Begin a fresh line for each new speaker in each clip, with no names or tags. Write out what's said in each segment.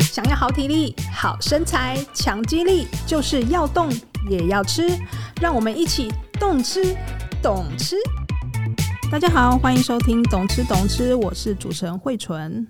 想要好体力、好身材、强肌力，就是要动也要吃。让我们一起动吃、懂吃。大家好，欢迎收听《懂吃懂吃》，我是主持人慧纯。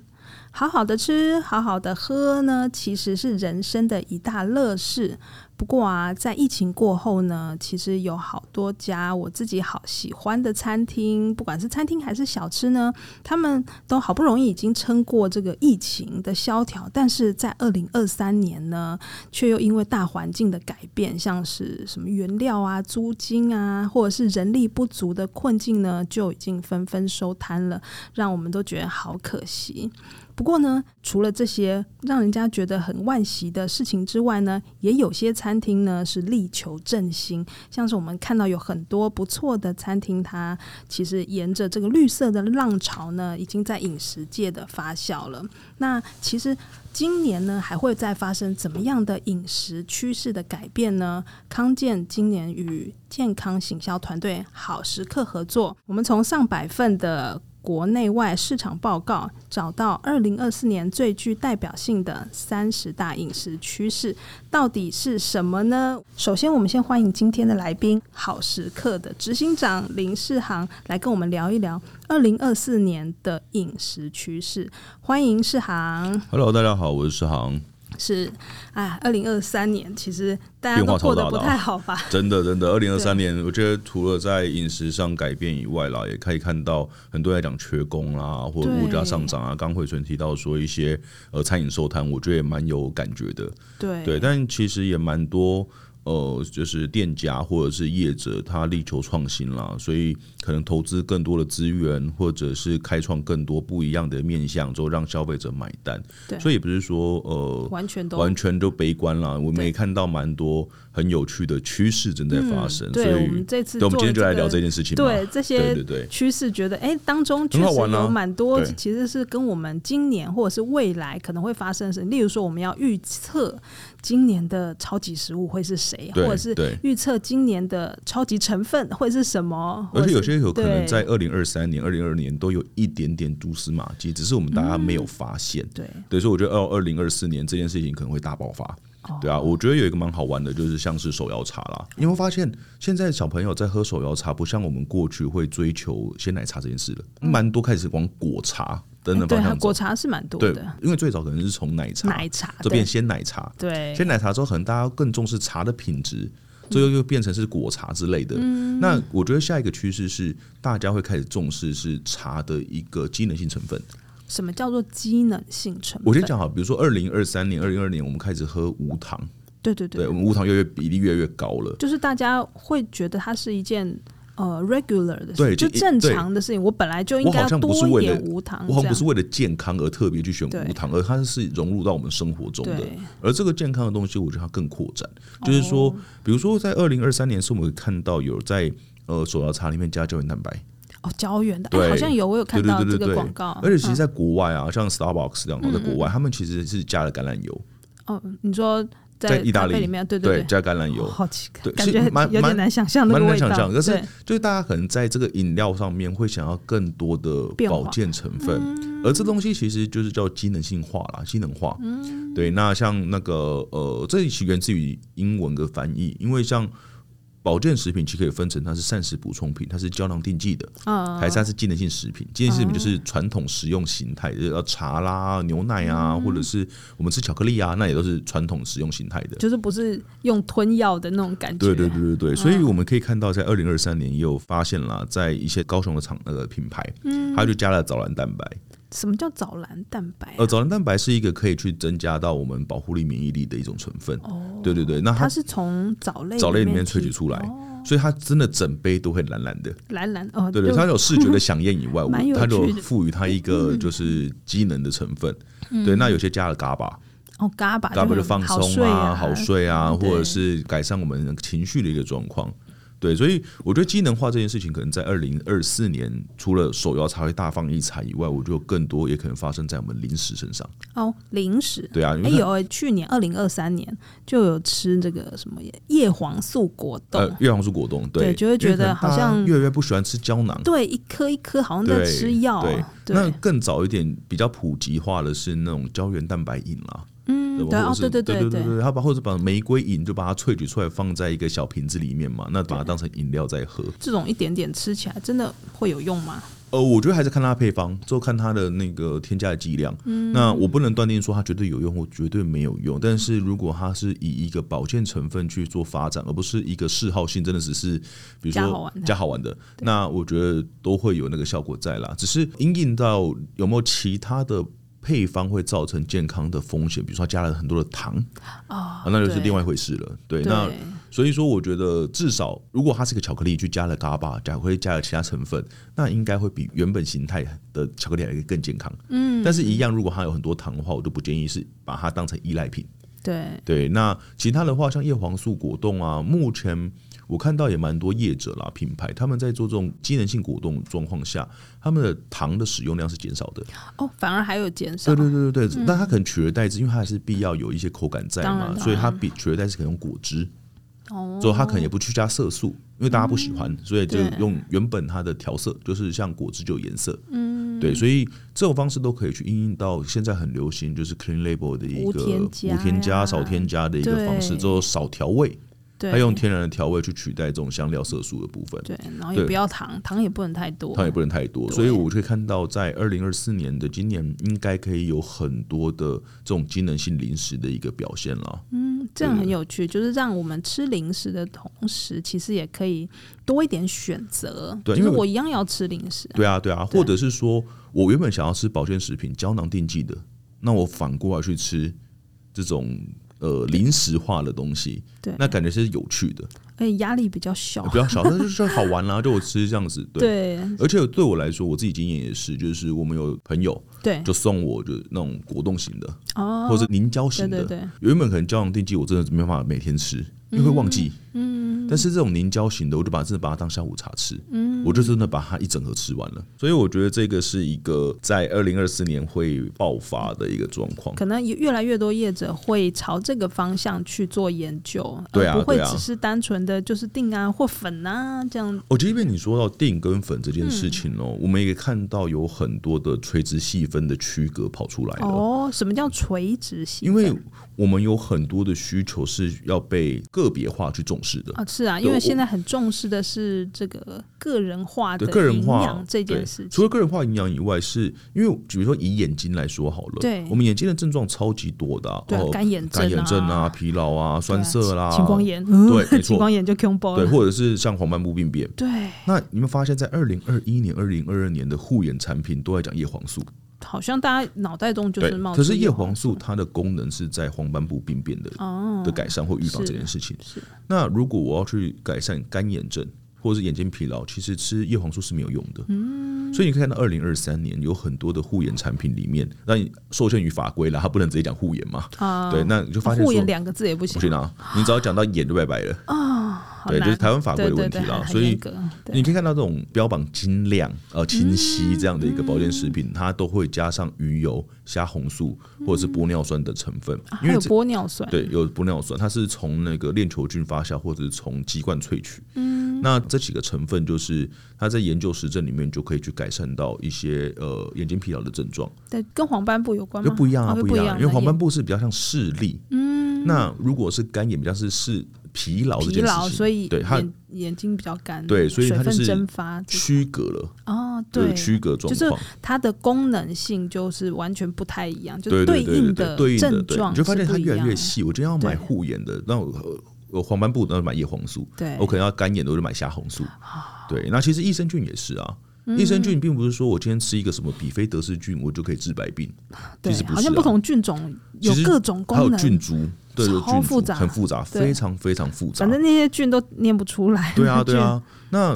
好好的吃，好好的喝呢，其实是人生的一大乐事。不过啊，在疫情过后呢，其实有好多家我自己好喜欢的餐厅，不管是餐厅还是小吃呢，他们都好不容易已经撑过这个疫情的萧条，但是在二零二三年呢，却又因为大环境的改变，像是什么原料啊、租金啊，或者是人力不足的困境呢，就已经纷纷收摊了，让我们都觉得好可惜。不过呢，除了这些让人家觉得很惋惜的事情之外呢，也有些餐厅呢是力求振兴，像是我们看到有很多不错的餐厅，它其实沿着这个绿色的浪潮呢，已经在饮食界的发酵了。那其实今年呢，还会再发生怎么样的饮食趋势的改变呢？康健今年与健康行销团队好时刻合作，我们从上百份的国内外市场报告找到二零二四年最具代表性的三十大饮食趋势，到底是什么呢？首先，我们先欢迎今天的来宾——好时刻的执行长林世航来跟我们聊一聊二零二四年的饮食趋势。欢迎世航，
Hello，大家好，我是世航。
是哎，二零二三年其实大家
变
都
化超
过得
大
不
的啊
太好吧？
真的，真的，二零二
对
三年，我觉得除了在饮食上改变以外啦，也可以看到很多人在讲缺工啦，或者
对
物价上涨啊。刚慧纯提到说一些呃餐饮收摊，我觉得也蛮有感觉的。
对
对，但其实也蛮多呃，就是店家或者是业者，他力求创新啦，所以可能投资更多的资源，或者是开创更多不一样的面向，之后让消费者买单。
对
所以也不是说呃
完全都
完全都悲观了。我们
对
也看到蛮多很有趣的趋势正在发生，
嗯
所
对，我们
以
这次
对，我们
做了
今天就来
个
聊这件事情嘛。
对这些
对对对
趋势，觉得哎、当中确
很好
实
玩啊
有蛮多，
对
其实是跟我们今年或者是未来可能会发生的事。例如说，我们要预测今年的超级食物会是谁，或
对
者是
对
预测今年的超级成分会是什么，
而
或
且有
是
些有可能
对
在二零二三年、二零二年都有一点点蛛丝马迹，只是我们大家没有发现。
对
对，所以我觉得哦二二零二四年这件事情可能会大爆发。
哦
对啊，我觉得有一个蛮好玩的，就是像是手摇茶啦。你会发现，现在小朋友在喝手摇茶，不像我们过去会追求鲜奶茶这件事了，蛮多开始往果茶等等
嗯对
方
啊，
向走
果。茶是蛮多
对
的，，
因为最早可能是从奶茶
奶茶
这边鲜奶茶，
对嗯
鲜奶茶之后，可能大家更重视茶的品质，最后又变成是果茶之类的。那我觉得下一个趋势是，大家会开始重视是茶的一个机能性成分。
什么叫做机能性成分？
我先，讲好，比如说二零二三年、二零二年，我们开始喝无糖，
对对对
对，我们无糖越来越比例越来越高了。
就是大家会觉得它是一件呃 regular 的事，
对
就
就一
正常的事情。我本来就应该
我
要
好像不是
多一点
为了
无糖，
我好像不
嗯
是
这样
为了健康而特别去选无糖，而它是融入到我们生活中的
对。
而这个健康的东西，我觉得它更扩展，就是说，
哦
比如说在二零二三年，是我们看到有在呃手摇茶里面加胶原蛋白。
哦胶原的，哎，
对
好像有我有看到
对
这
对对对
个
对
广告。嗯
而且其实，在国外啊，像 Starbucks 这样，在国外他们其实是加了橄榄油，
哦，你说
在
在
意大
咖啡
利
里面，对对，
加橄榄
哦
油，
好奇怪
对，
感
是
觉
蛮
有点
蛮
难想象那
蛮
个
难
味道。
想象。但是
对
就是大家可能在这个饮料上面会想要更多的
变化嗯
保健成分，而这东西其实就是叫机能性化啦，机能化。
嗯
对，那像那个呃，这其实源自于英文的翻译，因为像。保健食品其实可以分成，它是膳食补充品，它是胶囊定剂的，
嗯
还是它是机能性食品？机能性食品
哦
就是传统食用形态，就是要茶啦、牛奶啊，
嗯
或者是我们吃巧克力啊，那也都是传统食用形态的。
就是不是用吞药的那种感觉，
对对对对对，所以
嗯
我们可以看到，在二零二三年也有发现啦，在一些高雄的厂那个品牌，
嗯
它就加了藻蓝蛋白。
什么叫藻蓝蛋白啊？
呃，藻蓝蛋白是一个可以去增加到我们保护力、免疫力的一种成分。哦，对对对，那
它
它
是从藻类
藻类里面
提
萃取出来，所以它真的整杯都会蓝蓝的。
蓝蓝哦，
对对，
就
它有视觉的响应以外，我
蛮有
它就
趣的嗯
赋予它一个就是机能的成分。对，那有些加了 GABA，
哦嘎巴
大不
就
就
很
放
好
松
睡
啊，
啊，
好睡啊，
嗯对
或者是改善我们情绪的一个状况。对，所以我觉得机能化这件事情，可能在二零二四年，除了手摇茶会大放异彩以外，我觉得更多也可能发生在我们零食身上。
哦零食
对啊，因
哎、
为
有欸去年二零二三年就有吃这个什么叶黄素果冻，
呃，月黄素果冻，
对就会觉得好像
因为可能大家越来越不喜欢吃胶囊。
对，一颗一颗好像在
对
吃药、
对
啊，，
那更早一点比较普及化的是那种胶原蛋白饮啦。对
嗯，对
吧？
哦
或，是
对对对
对对对，他把或者把玫瑰饮就把它萃取出来，放在一个小瓶子里面嘛，那把它当成饮料在喝。
这种一点点吃起来真的会有用吗？
呃，我觉得还是看它的配方，之后看它的那个添加的剂量。
嗯
那我不能断定说它绝对有用或绝对没有用，但是如果它是以一个保健成分去做发展，而不是一个嗜好性，真的只是比如
加好
说
玩的
加好玩的，那我觉得都会有那个效果在啦。只是因应到有没有其他的。配方会造成健康的风险，比如说它加了很多的糖，
哦
啊，那就是
对
另外一回事了。对，
对
那所以说，我觉得至少如果它是个巧克力，去加了 GABA，加会加了其他成分，那应该会比原本形态的巧克力来得更健康。嗯，但是一样，如果它有很多糖的话，我就不建议是把它当成依赖品。
对，
对，那其他的话，像叶黄素果冻啊，目前我看到也蛮多业者啦、品牌，他们在做这种机能性果冻状况下，他们的糖的使用量是减少的。
哦，反而还有减少
对，对对对对，但它可能取而代之，因为它还是必要有一些口感在
当然
嘛，
当
所以它比取而代之可能用果汁。
哦，嗯
之后它可能也不去加色素，因为大家不喜欢，所以就
对
用原本它的调色，就是像果汁就有颜色。嗯，对，所以这种方式都可以去应用到现在很流行，就是 clean label 的一
无
个
添加
无添
呀
加、少添加的一个方式，
对
之后少调味，
对，
它用天然的调味去取代这种香料色素的部分。
对，然后也
对
不要糖，糖也不能太多，
它也不能太多，
对
所以我会看到，在二零二四年的今年，应该可以有很多的这种机能性零食的一个表现了。
嗯，这样很有趣，就是让我们吃零食的同时，其实也可以多一点选择。
对
就
因
是
为
我一样要吃零食。
对啊，对啊，
对
或者是说我原本想要吃保健食品胶囊定剂的，那我反过来去吃这种呃零食化的东西，
对
那感觉是有趣的，
而且压力比较小。
比较少，但是就是好玩啊 啦、就我吃这样子，对。
对
而且对我来说，我自己经验也是，就是我们有朋友
对
就送我就那种果冻型的，
哦，
或者是凝胶
对
型的。
对对，
原本可能胶囊定剂我真的没办法每天吃，因为会忘记。嗯，但是这种凝胶型的，我就把真的把它当下午茶吃。嗯，我就真的把它一整盒吃完了。所以我觉得这个是一个在二零二四年会爆发的一个状况。
可能也越来越多业者会朝这个方向去做研究，
对啊
而不会
对啊
只是单纯的就是定啊或粉啊这样。
哦，即便你说到定跟粉这件事情哦，我们也看到有很多的垂直细分的区隔跑出来了。
哦，什么叫垂直性
哎因
粉？
为我们有很多的需求是要被个别化去重视的，
啊，是啊，
对
因为
我
现在很重视的是这个个人化的
对个人
营
化
养这件
对
事
除
情。
了个人化营养以外是，因为比如说以眼睛来说好了，
对
我们眼睛的症状超级多的、啊，
对啊
哦，
干眼
干
症
眼症
啊
啊、疲劳啊、酸涩啦、
青光，眼，啊
对没 错
青光眼就 Q 包
对，
了。
或者是像黄斑部病变。
对，
那你们发现，在二零二一年、二零二二年的护眼产品都在讲叶黄素，
好像大家脑袋中就
对
是冒。出
可是叶
叶
黄素
素
它的功能是在黄斑部病变的
哦
的改善或预防
是
这件事情。
是
那如果我要去改善干眼症或者是眼睛疲劳，其实吃叶黄素是没有用的。
嗯
所以你可以看到二零二三年有很多的护眼产品里面，那你受限于法规啦，它不能直接讲护眼嘛。
啊，
对，那你就发现
护眼哦
说。
两个字也不行
不行啊！你只要讲到眼就拜拜了，
好
对，就
难
是台湾法规
对
的
对
问题
对，
啦。
很
所以
严格对
你可以看到这种标榜精亮、呃清
嗯
晰这样的一个保健食品，它都会加上鱼油、虾红素或者是玻尿酸的成分
啊，还
因为
有
这。
玻尿酸，
对，有玻尿酸，它是从那个链球菌发酵，或者是从鸡冠萃取。嗯，那这几个成分就是它在研究实证里面就可以去改善到一些呃眼睛疲劳的症状，
对，跟黄斑部有关
就
吗？
不一样啊，
哦又
不一样，因为黄斑
部
部是比较像视力，嗯，那如果是干眼比较是视疲劳这
疲
件事
劳，
情，
所以
对它
眼眼睛比较干，
对所以
水
它就
分
是
蒸发这
区隔了，
哦，
就是
对，
区隔状
就是
况。
它的功能性就是完全不太一样，就
对对对
应
对
的
对应的
症
对，
状
你就发
是
现它
不一
越来
样
越
的
细。我今天要买
对
护眼的，那我呃我黄斑部，那我买叶黄素，
对
哦我可能要干眼的，我就买虾红素。
啊
对，那其实益生菌也是啊。
嗯
益生菌并不是说我今天吃一个什么比菲德氏菌，我就可以治百病，
对
其实，不
好像
是
不
啊
同菌种有
其实
各种
还有
功能，
菌株，对，有
超
菌
复
株
杂
很复杂，
对
非常非常复杂
反。正那些菌都念不出来。
对 啊，
菌
对，啊。那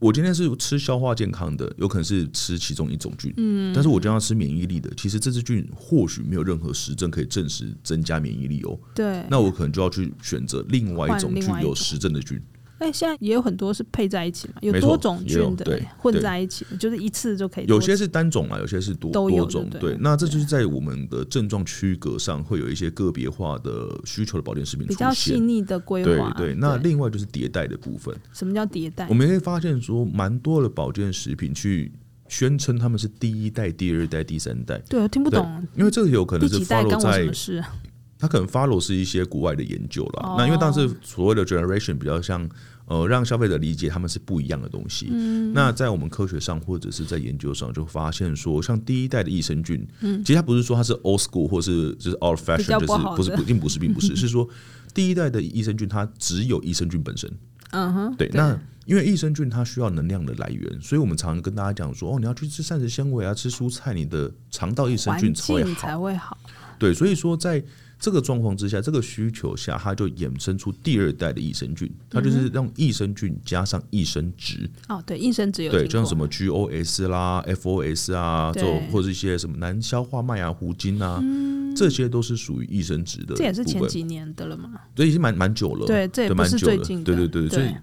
我今天是吃消化健康的，有可能是吃其中一种菌，嗯，但是我今天要吃免疫力的，其实这支菌或许没有任何实证可以证实增加免疫力哦，
对。
那我可能就要去选择另外一种
换另
具
外一种
有实证的菌。
哎，现在也有很多是配在一起嘛，有
没错
多种菌的
也有对
混在一起，就是一次就可以多。
有些是单种啊，有些是多
都有
多种。
对不对
对，那这就是在我们的症状区隔上会有一些个别化的需求的保健食品
比
出
较细
现。
腻的规
对
划。
对，那另外就是迭代的部分，
什么叫迭代
我？们也可以发现说，蛮多的保健食品去宣称他们是第一代、第二代、第三代，
对，我听不
对
懂
因为这个有可
第
能是
几代
follow
关我什
在
么事？
他可能 follow 是一些国外的研究啦。
哦
那因为当时所谓的 generation 比较像呃，让消费者理解他们是不一样的东西。
嗯
那在我们科学上或者是在研究上，就发现说，像第一代的益生菌，其实它不是说它是 old school 或是就是 old
嗯比较
fashion，
不好
就
的
是不是并不是并不是，是说第一代的益生菌它只有益生菌本身。
嗯哼，
对，那因为益生菌它需要能量的来源，所以我们常常跟大家讲说，哦，你要去吃膳食纤维啊，吃蔬菜，你的肠道益生
环
菌才会
境
好。
才会好。
对，所以说在这个状况之下，这个需求下，它就衍生出第二代的益生菌，它
嗯
就是让益生菌加上益生值，
哦，对，益生只有
对，
听
就像
过
什么 GOS 啦、FOS 啊，
对嗯
这种或者一些什么难消化麦芽糊精啊，这些都是属于益生值的部分。
这也是前几年的了嘛？
所以已经蛮蛮久了，
对这也不
蛮
是
久了
最近的
对对对，
对
所以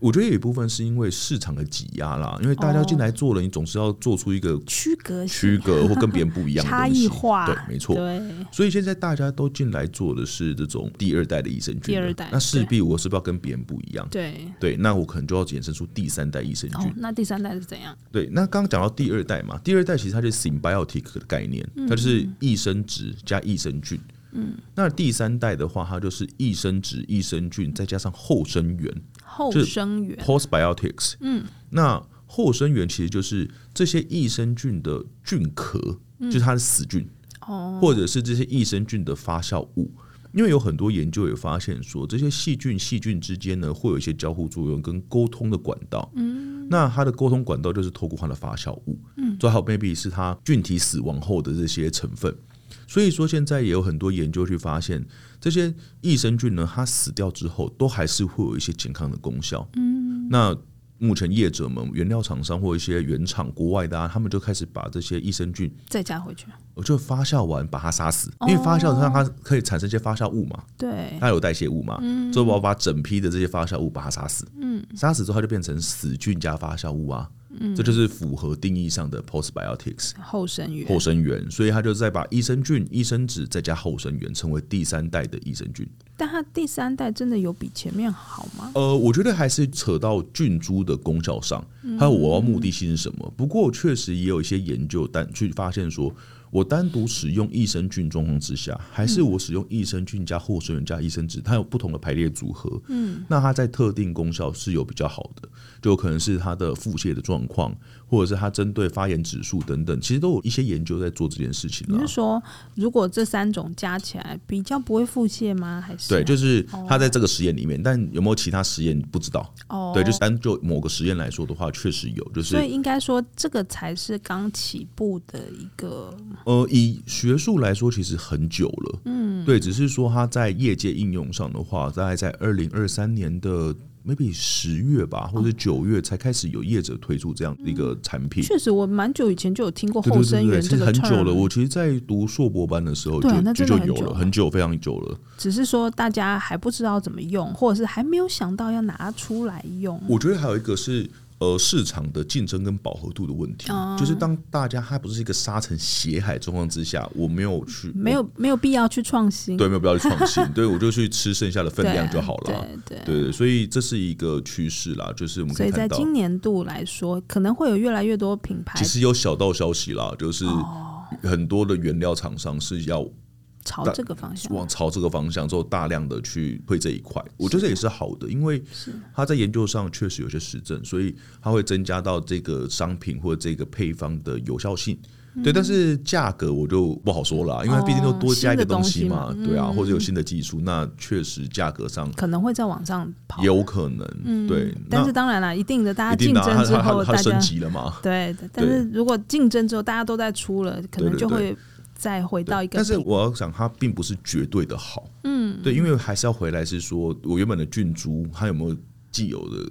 我觉得有一部分是因为市场的挤压啦，因为大家
哦
进来做了，你总是要做出一个
区隔性
区隔或跟别人不一样 的
差
东西
异化，
对，没错。
对，
所以现在大家都进来做的是这种第二代的益生菌了，
第二代
那势必我是不是要跟别人不一样？
对。
对，那我可能就要衍生出第三代益生菌
哦。，那第三代是怎样？
对，那刚刚讲到第二代嘛，第二代其实它就是 symbiotic 的概念，
嗯
它就是益生值加益生菌。嗯，那第三代的话，它就是益生值、益生菌，再加上后生元
后
就是
生源
（postbiotics）。嗯，那后生元其实就是这些益生菌的菌壳，
嗯
就是它的死菌，
哦，
或者是这些益生菌的发酵物。因为有很多研究也发现说，这些细菌细菌之间呢，会有一些交互作用跟沟通的管道。嗯，那它的沟通管道就是透过它的发酵物，嗯，最好 maybe 是它菌体死亡后的这些成分。所以说，现在也有很多研究去发现，这些益生菌呢，它死掉之后，都还是会有一些健康的功效。嗯，那目前业者们、原料厂商或一些原厂国外的、啊，他们就开始把这些益生菌
再加回去，
我就发酵完把它杀死，因为发酵让它可以产生一些发酵物嘛，
对，
它有代谢物嘛，所以我要把整批的这些发酵物把它杀死，杀死之后它就变成死菌加发酵物啊，这就是符合定义上的 postbiotics
后生源
后生源，所以它就再把益生菌、益生质再加后生源，成为第三代的益生菌。
但它第三代真的有比前面好吗？
呃，我觉得还是扯到菌株的功效上，还有我要目的性是什么。不过确实也有一些研究单去发现说，我单独使用益生菌状况之下，还是我使用益生菌加后生元加益生质，它有不同的排列组合。嗯，那它在特定功效是有比较好的，就有可能是它的腹泻的状况，或者是它针对发炎指数等等，其实都有一些研究在做这件事情
你
啦
是。说，如果这三种加起来比较不会腹泻吗？还是
对，就是它在这个实验里面，但有没有其他实验不知道。
哦，
对，就是单就某个实验来说的话，确实有，就是
所以应该说这个才是刚起步的一个
呃，以学术来说，其实很久了，嗯，对，只是说它在业界应用上的话，大概在二零二三年的 maybe 十月吧，
哦
或者九月才开始有业者推出这样的一个产品。
确实，我蛮久以前就有听过
对
嗯后
对
生
对
源
对，其
这
实
个
很
term，
久了。我其实，在读硕博班的时候就
对啊那
就
真
就
的很
有
久
了，
了
很久，非常久了。
只是说大家还不知道怎么用，或者是还没有想到要拿出来用。
我觉得还有一个是。呃，市场的竞争跟饱和度的问题，
哦
就是当大家它不是一个沙尘血海状况之下，我没有去，
没有没有必要去创新，
对，没有必要去创新， 对我就去吃剩下的分
对
量就好了。
对对。
对对，所以这是一个趋势啦，就是我们可
所以在
看到，
今年度来说，可能会有越来越多品牌
其实有小道消息啦，就是
哦
很多的原料厂商是要
朝这个方向。
往朝这个方向之后大量的去推这一块，我觉得这也是好的，因为它在研究上确实有些实证，所以它会增加到这个商品或这个配方的有效性。对，但是价格我就不好说了啊，因为它毕竟就
嗯哦
多加
新的
一个东西
东西
嘛，
嘛嗯
对啊，或者有新的技术，那确实价格上
可能会再往上跑，
有可能。对，
嗯
那
但是当然了，一定的，大家
一定
竞
的啊，
争
它
之
它
后，
它
大
它
家
升级了嘛，
对，但是如果竞争之后大家都在出了，可能
对对
就
对
会再回
对
到一个
但
平，
是我要讲，它并不是绝对的好，嗯，对，因为还是要回来是说，我原本的菌株它有没有既有的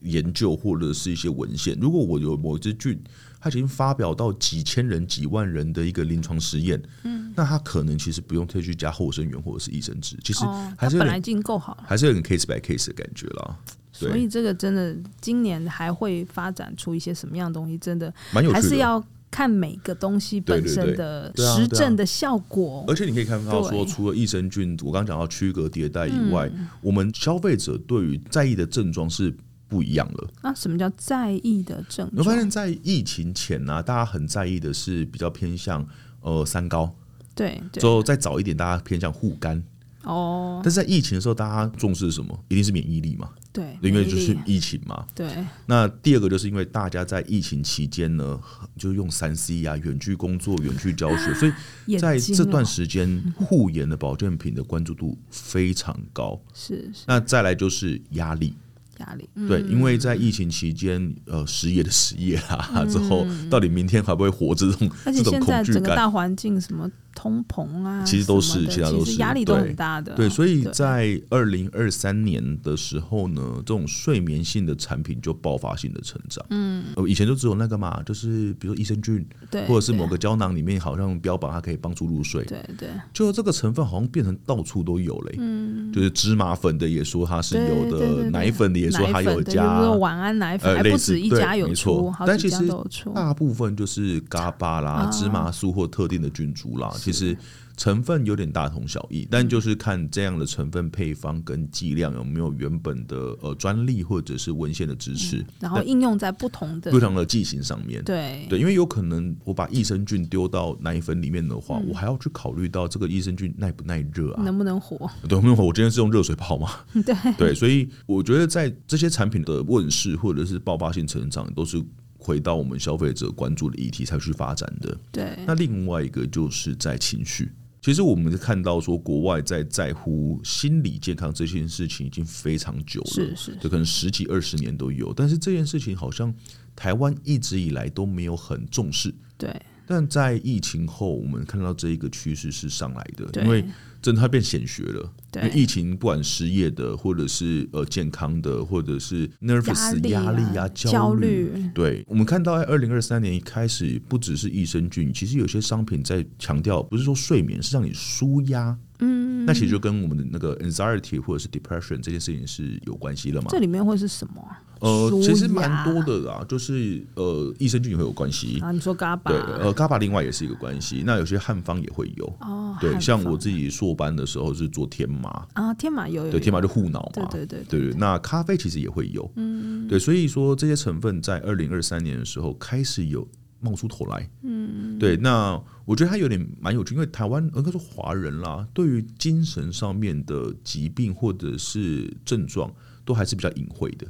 研究或者是一些文献？如果我有某一只菌，它已经发表到几千人、几万人的一个临床实验，嗯，那它可能其实不用特去加后生元或者是益生质，其实
哦，它
还是有
本
点、
来已经够好了，
还是有点 case by case 的感觉啦，对
所以这个真的今年还会发展出一些什么样的东西，真的
蛮有
还
趣
是
的。
要看每个东西
对
本
对
身
对
的
对啊
实
对啊
证的效果。
而且你可以看到说，
对嗯
除了益生菌，我刚刚讲到区隔迭代以外，我们消费者对于在意的症状是不一样了。
那啊什么叫在意的症
你会发
状？
现在疫情前呢、啊，大家很在意的是比较偏向呃三高，
对对
之后再早一点，大家偏向护肝。
哦，
但是在疫情的时候，大家重视什么？一定是免疫力嘛，
对，
因为
免疫
就是
力啊
疫情嘛。
对
那第二个就是因为大家在疫情期间呢，就是用三 C 啊、远距工作、远距教学，所以
啊眼
在
睛
这
哦
段时间，护眼的保健品的关注度非常高。
是是
那再来就是压力，
压力，嗯，
对，因为在疫情期间，呃，失业的失业啦，之后到底明天还不会活着这种
嗯而且
这种
现在
恐惧
整个
感，
大环境什么通膨啊，
其实都
什么
是
的
其他都
实
是
压力都
对
很大的，
对，所以
对
在二零二三年的时候呢，这种睡眠性的产品就爆发性的成长。嗯，以前就只有那个嘛，就是比如益生菌，
对，
或者是
对
某个胶囊里面好像标榜它可以帮助入睡，
对对
就这个成分好像变成到处都有嘞、嗯，就是芝麻粉的也说它是
对
有
对对
的，
对
奶粉的也说
奶
它
粉
有
的
加
就是说晚安奶粉，
呃
还
类
不
似
止一
对
家有
没
出，
错
好
但
几
其
家
实
都有出，
大部分就是嘎巴啦、芝麻素或特定的菌株啦，其实成分有点大同小异，但就是看这样的成分配方跟剂量有没有原本的呃专利或者是文献的支持，
然后应用在不同的
不同的剂型上面。
对
对，因为有可能我把益生菌丢到奶粉里面的话，我还要去考虑到这个益生菌耐不耐热啊。
能不能活，
对，没有，我今天是用热水泡嘛。
对
对，所以我觉得在这些产品的问世或者是爆发性成长，都是回到我们消费者关注的议题才去发展的。
对
那另外一个就是在情绪。其实我们看到说，国外在在乎心理健康这件事情已经非常久了，
是是
这可能十几二十年都有。但是这件事情好像台湾一直以来都没有很重视。
对
但在疫情后，我们看到这一个趋势是上来的，
对
因为真的它变显学了。因为
对
疫情，不管失业的，或者是呃健康的，或者是 nervous
压
压
力啊
力啊、
焦
焦
虑
虑，对我们看到在二零二三年一开始，不只是益生菌，其实有些商品在强调，不是说睡眠，是让你舒压。嗯，那其实就跟我们的那个 anxiety 或者是 depression 这件事情是有关系的嘛
这。里面会是什么啊？
呃
舒，
其实
压
蛮多的啦，就是呃益生菌也会有关系。
啊，你说嘎巴
对，呃，GABA 另外也是一个关系，那有些汉方也会有。
哦，
对，
汉
像
方
我自己硕班的时候是做天麻，
啊，天马有有
对，天
有
麻就护脑
对
嘛。
对对
对对，那咖啡其实也会有，嗯，对，所以说这些成分在二零二三年的时候开始有冒出头来，嗯，对，那我觉得它有点蛮有趣，因为台湾呃应该说华人啦，对于精神上面的疾病或者是症状，都还是比较隐晦的，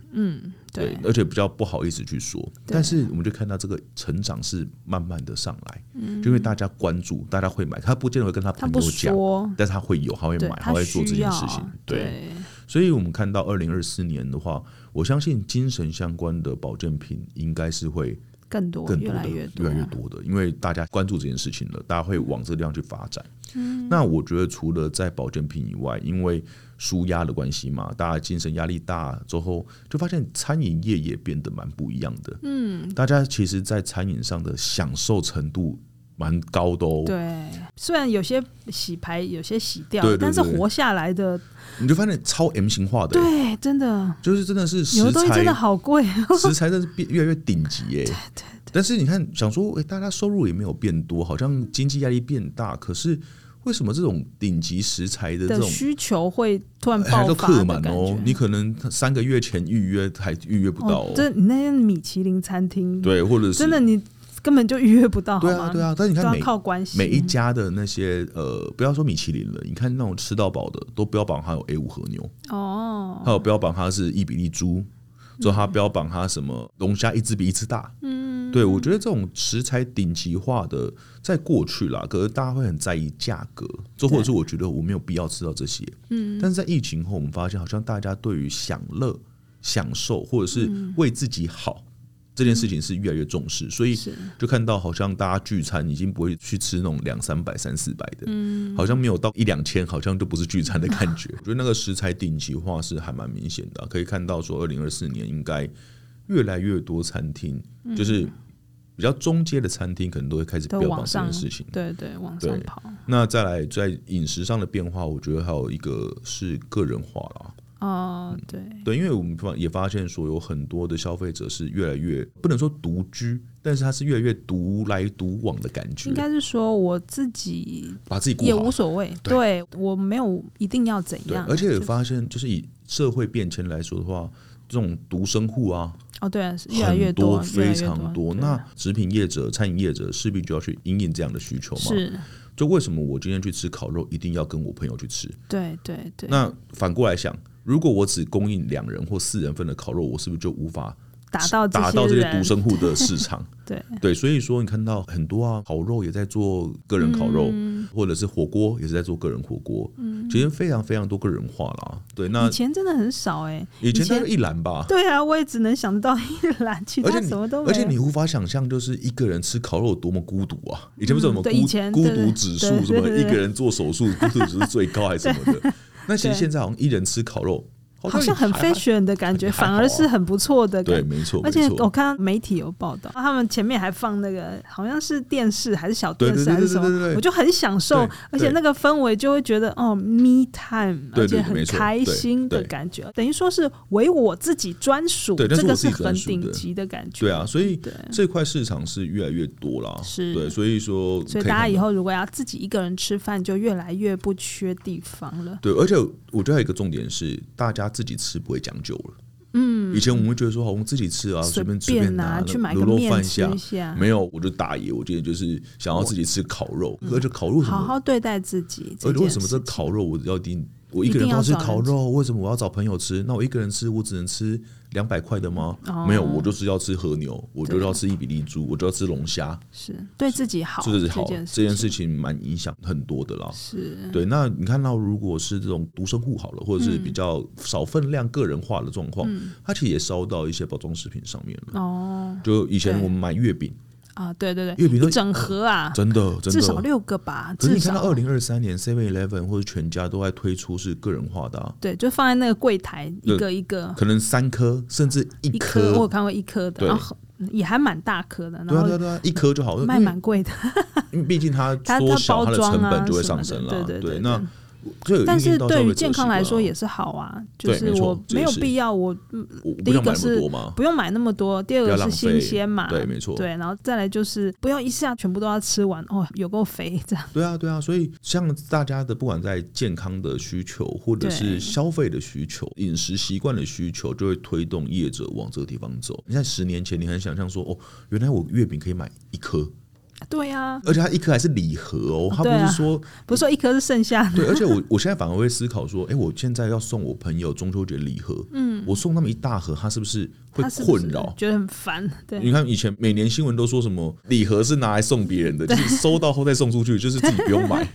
对，
而且比较不好意思去说。但是我们就看到这个成长是慢慢的上来，就因为大家关注，大家会买，他不见得会跟他
他
朋
不
友讲，
说，
但是他会有，他会
对
买，
他
会做这
需
件
要
事情。对，
对
所以我们看到二零二四年的话，我相信精神相关的保健品应该是会
更多
更
越
多
来
的，
越
越
多，
多的，因为大家关注这件事情了，大家会往这个地方去发展。
嗯
那我觉得除了在保健品以外，因为舒压的关系嘛，大家精神压力大之后，就发现餐饮业也变得蛮不一样的。嗯，大家其实，在餐饮上的享受程度蛮高的哦。
对，虽然有些洗牌，有些洗掉，
对对
但是
对
活下来的，
你就发现超 M 型化的、欸
对，真的
就是真的是食
有的东西
材
真的好贵，
食材真是变越来越顶级耶、 但是你看，想说，哎、大家收入也没有变多，好像经济压力变大，可是为什么这种顶级食材的这
的
种
需求会突然
哎还
爆
都
发
客
的
满
感
哦
觉？。
你可能三个月前预约还预约不到、哦
哦，这你那间米其林餐厅，
对，或者是
真的你根本就预约不到，
对
好
啊
吗
对啊。但是你
都
看
要
每
靠关系，
每一家的那些呃，不要说米其林了，你看那种吃到饱的都标榜它有 A 五和牛，
哦，
还有标榜它是伊比利猪，之后它标榜它什么龙虾一只比一只大。嗯，对，我觉得这种食材顶级化的，在过去啦，可是大家会很在意价格，就或者是我觉得我没有必要吃到这些。嗯，但是在疫情后，我们发现好像大家对于享乐、享受或者是
嗯
为自己好。这件事情是越来越重视，所以
是
就看到好像大家聚餐已经不会去吃那种两三百、三四百的，
嗯
好像没有到一两千，好像就不是聚餐的感 觉。我觉得那个食材顶级化是还蛮明显的啊、可以看到说，二零二四年应该越来越多餐厅，就是比较中阶的餐厅，可能都会开始
嗯都
标榜
往
这
上
件事情。
对对，往上
对
跑。
那再来在饮食上的变化，我觉得还有一个是个人化啦。
哦，对，
嗯对，因为我们发也发现说，有很多的消费者是越来越不能说独居，但是他是越来越独来独往的感觉
应，该是说我自己
把自己顾
也
好
无。所谓，对我没有一定要怎
对，
样，啊
而且也
就
发现，就是以社会变迁来说的话，这种独生户啊，
哦，对啊，是越来越
很
多，越来
非
越
常
多，啊
那食品业者、餐饮业者势必就要去因应这样的需求嘛。
是
就为什么我今天去吃烤肉，一定要跟我朋友去吃？
对对对，
那反过来想，如果我只供应两人或四人份的烤肉，我是不是就无法
达到
达到这些
人
独生户 的市场？
对
对，所以说你看到很多啊，烤肉也在做个人烤肉，
嗯
或者是火锅也是在做个人火锅，其实非常非常多个人化啦。对，那
以前真的很少哎，
以前大
前
概一篮吧，
对啊，我也只能想到一栏，其
而
他
且
什么都
你
没有。
而且你无法想象，就是一个人吃烤肉有多么孤独啊！以前不是有什么
嗯对以
孤
前
孤
对对
独指数
对
什么
对对
一个人做手术孤独指数最高还是什么的？那其实
对
现在好像一人吃烤肉，
好像很
也哦还
fashion 的感觉，
还好
反
啊
而是很不错的感
对，
觉。
没错，
而
没
且哦我
错。
看到媒体有报道，他们前面还放那个好像是电视还是小电视
对对对
还是什
对对对
么，
对
我就很享受
对，
而且那个氛围就会觉得哦，me time，
对对
而且很
没错
开心
对
的
对
感觉，等于说是为我自己专属，
对那
这
是
个
我自己
很
专属的
顶级的感觉。
对啊，，所以
嗯对。
这块市场是越来越多啦。
是
对，所以说可
所以
看
大家以
到
后如果要自己一个人吃饭，就越来越不缺地方了。
对，而且我觉得还有一个重点是，大家自己吃不会讲究了。嗯，以前我们会觉得说，好我们自己吃啊，随便随
便
便拿
去买
卤
个
肉
面
饭
吃一下，
没有，我就打野，我今天就是想要自己吃烤肉，而且烤肉
嗯
什
好
么？
好对待自己。
而且嗯哎为
件
什么
事
这烤肉我要定？我一个
一
人
定要
要吃
找人
烤肉，为什么我要找朋友吃？那我一个人吃，我只能吃两百块的吗？
哦
没有，我就是要吃和牛，我就要吃伊比利猪，我就要吃龙虾，
是对自己好，
这是好
件
这件
情
事情蛮影响很多的啦。
是
对，那你看到如果是这种独生户好了，或者
嗯
是比较少分量、个人化的状况，它其实也烧到一些包装食品上面了。
哦
就以前
对
我们买月饼，
啊，对对对，
月饼都
一整盒啊，
真的真
至少
的，
六个吧，
可是
至
你看到
少
二零二三年 Seven Eleven 或者全家都在推出是个人化的、啊，
对，就放在那个柜台一
对
个一个
可能三颗甚至一
一
颗，
颗，我有看过一颗的，
对
然后也还蛮大颗的，
对
然
啊对
后
啊对啊，一颗就好，因
卖
为
蛮贵的，
因为毕竟它
它
缩
包
小它的
装
成
啊
本就会
什么
上
的
升了。
对
对，
对。
那就有
但
因
是
应到消
对于
费者
健
习
康来
惯
说
啊
也是好啊，就
对
是
没错
我
这
没
也
有
是
必要，我
啊我我
第
不
一
想
个
买那么
是
多嘛，
不用买那么多，第二
不
个
要
是
浪
新
费
鲜嘛，
对没错
对，然后再来就是不要一下全部都要吃完哦，有够肥这样，
对啊，对啊，所以像大家的不管在健康的需求，或者
对
是消费的需求、饮食习惯的需求，就会推动业者往这个地方走。你在十年前，你很想象说，哦，原来我月饼可以买一颗，
对呀，
而且它一颗还是礼盒哦，它不
对啊
是 说
不是说一颗是剩下的，
对,、而且我我现在反而会思考说，哎，我现在要送我朋友中秋节礼盒，嗯，我送他们一大盒，他是不是会
他是不
困
是
扰？
觉得很烦，对
你看以前每年新闻都说什么礼盒是拿来送别人的，就是收到后再送 出去，就是自己不用买。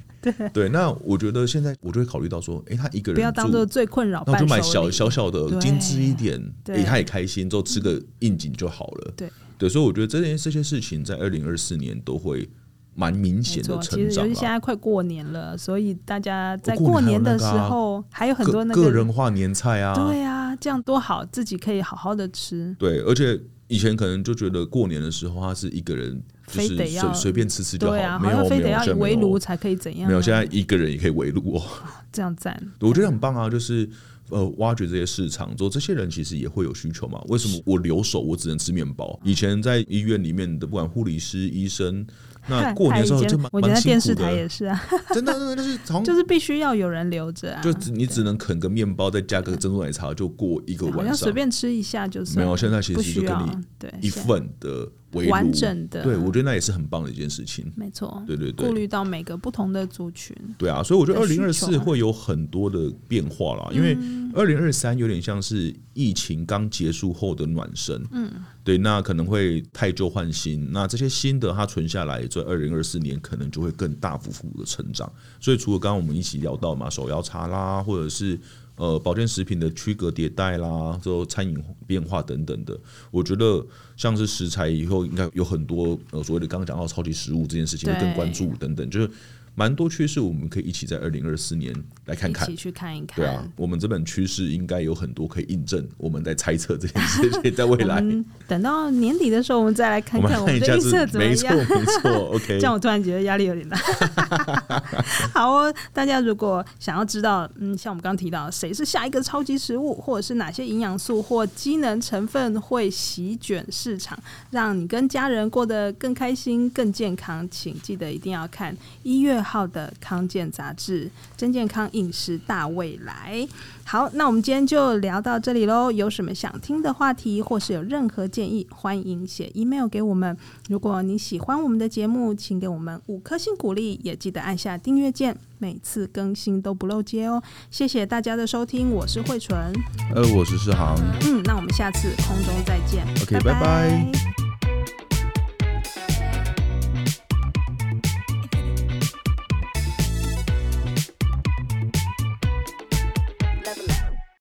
对那我觉得现在我就会考虑到说，诶，他一个人
不要当
住
做最困扰
那我
伴
就
手礼，
买小小小的
对
精致一点，
对
诶，他也开心，之后吃个应景就好了。
对
对，所以我觉得这件这些事情在二零二四年都会蛮明
没
显的
错，其
成
实尤
长
其现
啦。
在快过年了，所以大家在
过
过
年
年
还
的
有那
时
个啊
候还有很
个
多那
个
个，
人化年菜啊，
对啊，这样多好，自己可以好好的吃，
对，而且以前可能就觉得过年的时候他是一个人，就
非
是
得要
随随便吃吃就好，
对啊，
没
好像
有
非
没有
得要
现在没
围
有
炉才可以怎样啊，
没有，现在一个人也可以围炉哦。
这样赞，
我觉得很棒啊，就是呃，挖掘这些市场之后，这些人其实也会有需求嘛。为什么我留守，我只能吃面包？以前在医院里面的，不管护理师、医生，那
看
过年的时候
以前
就蛮
我以前
蛮
在
辛
电
苦
视台
的，
也是啊，
真的，真的就是从
就是必须要有人留着啊，
就只你只能啃个面包，再加个珍珠奶茶，就过一个
好
晚
像随
上。
便吃一下就是
没有，现在其
不
实
需
就给
要
你，
对，
一
现在
份的围炉，
完整的，
对我觉得那也是很棒的一件事情。
没错，
对对对
顾虑到每个不同的族群，
对啊，所以我觉
嗯
得
的
二
需
零
求
二
啊嗯
四会有很多的变化啦，因为二零二三有点像是疫情刚结束后的暖身，嗯，对，那可能会太旧换新，那这些新的它存下来，在二零二四年可能就会更大幅幅的成长。所以除了刚刚我们一起聊到嘛，手摇茶啦，或者是呃保健食品的区隔迭代啦，之后餐饮变化等等的，我觉得像是食材以后应该有很多呃所谓的刚刚讲到超级食物这件事情会更
对
关注等等，就是蛮多趋势我们可以一起在二零二四年来看看
一起。去看一看，
对啊，我们这本趋势应该有很多可以印证我们在猜测这件事情，在未
我
来
们等到年底的时候，我们再来看
我
嗯
们
看我
看
们
一
的
下
预测
是
怎么
没错
样。
没错，OK
这。样我突然觉得压力有点大。 好哦，大家如果想要知道，嗯，像我们刚刚提到，谁是下一个超级食物，或者是哪些营养素或机能成分会席卷市场，让你跟家人过得更开心、更健康，请记得一定要看一月二号的康健杂志，真健康饮食大未来。好，那我们今天就聊到这里喽。有什么想听的话题，或是有任何建议，欢迎写 email 给我们。如果你喜欢我们的节目，请给我们五颗星鼓励，也记得按下订阅键，每次更新都不漏接哦。谢谢大家的收听，我是慧纯。
呃，我是世航
嗯，那我们下次空中再见。
，OK，
拜
拜拜
拜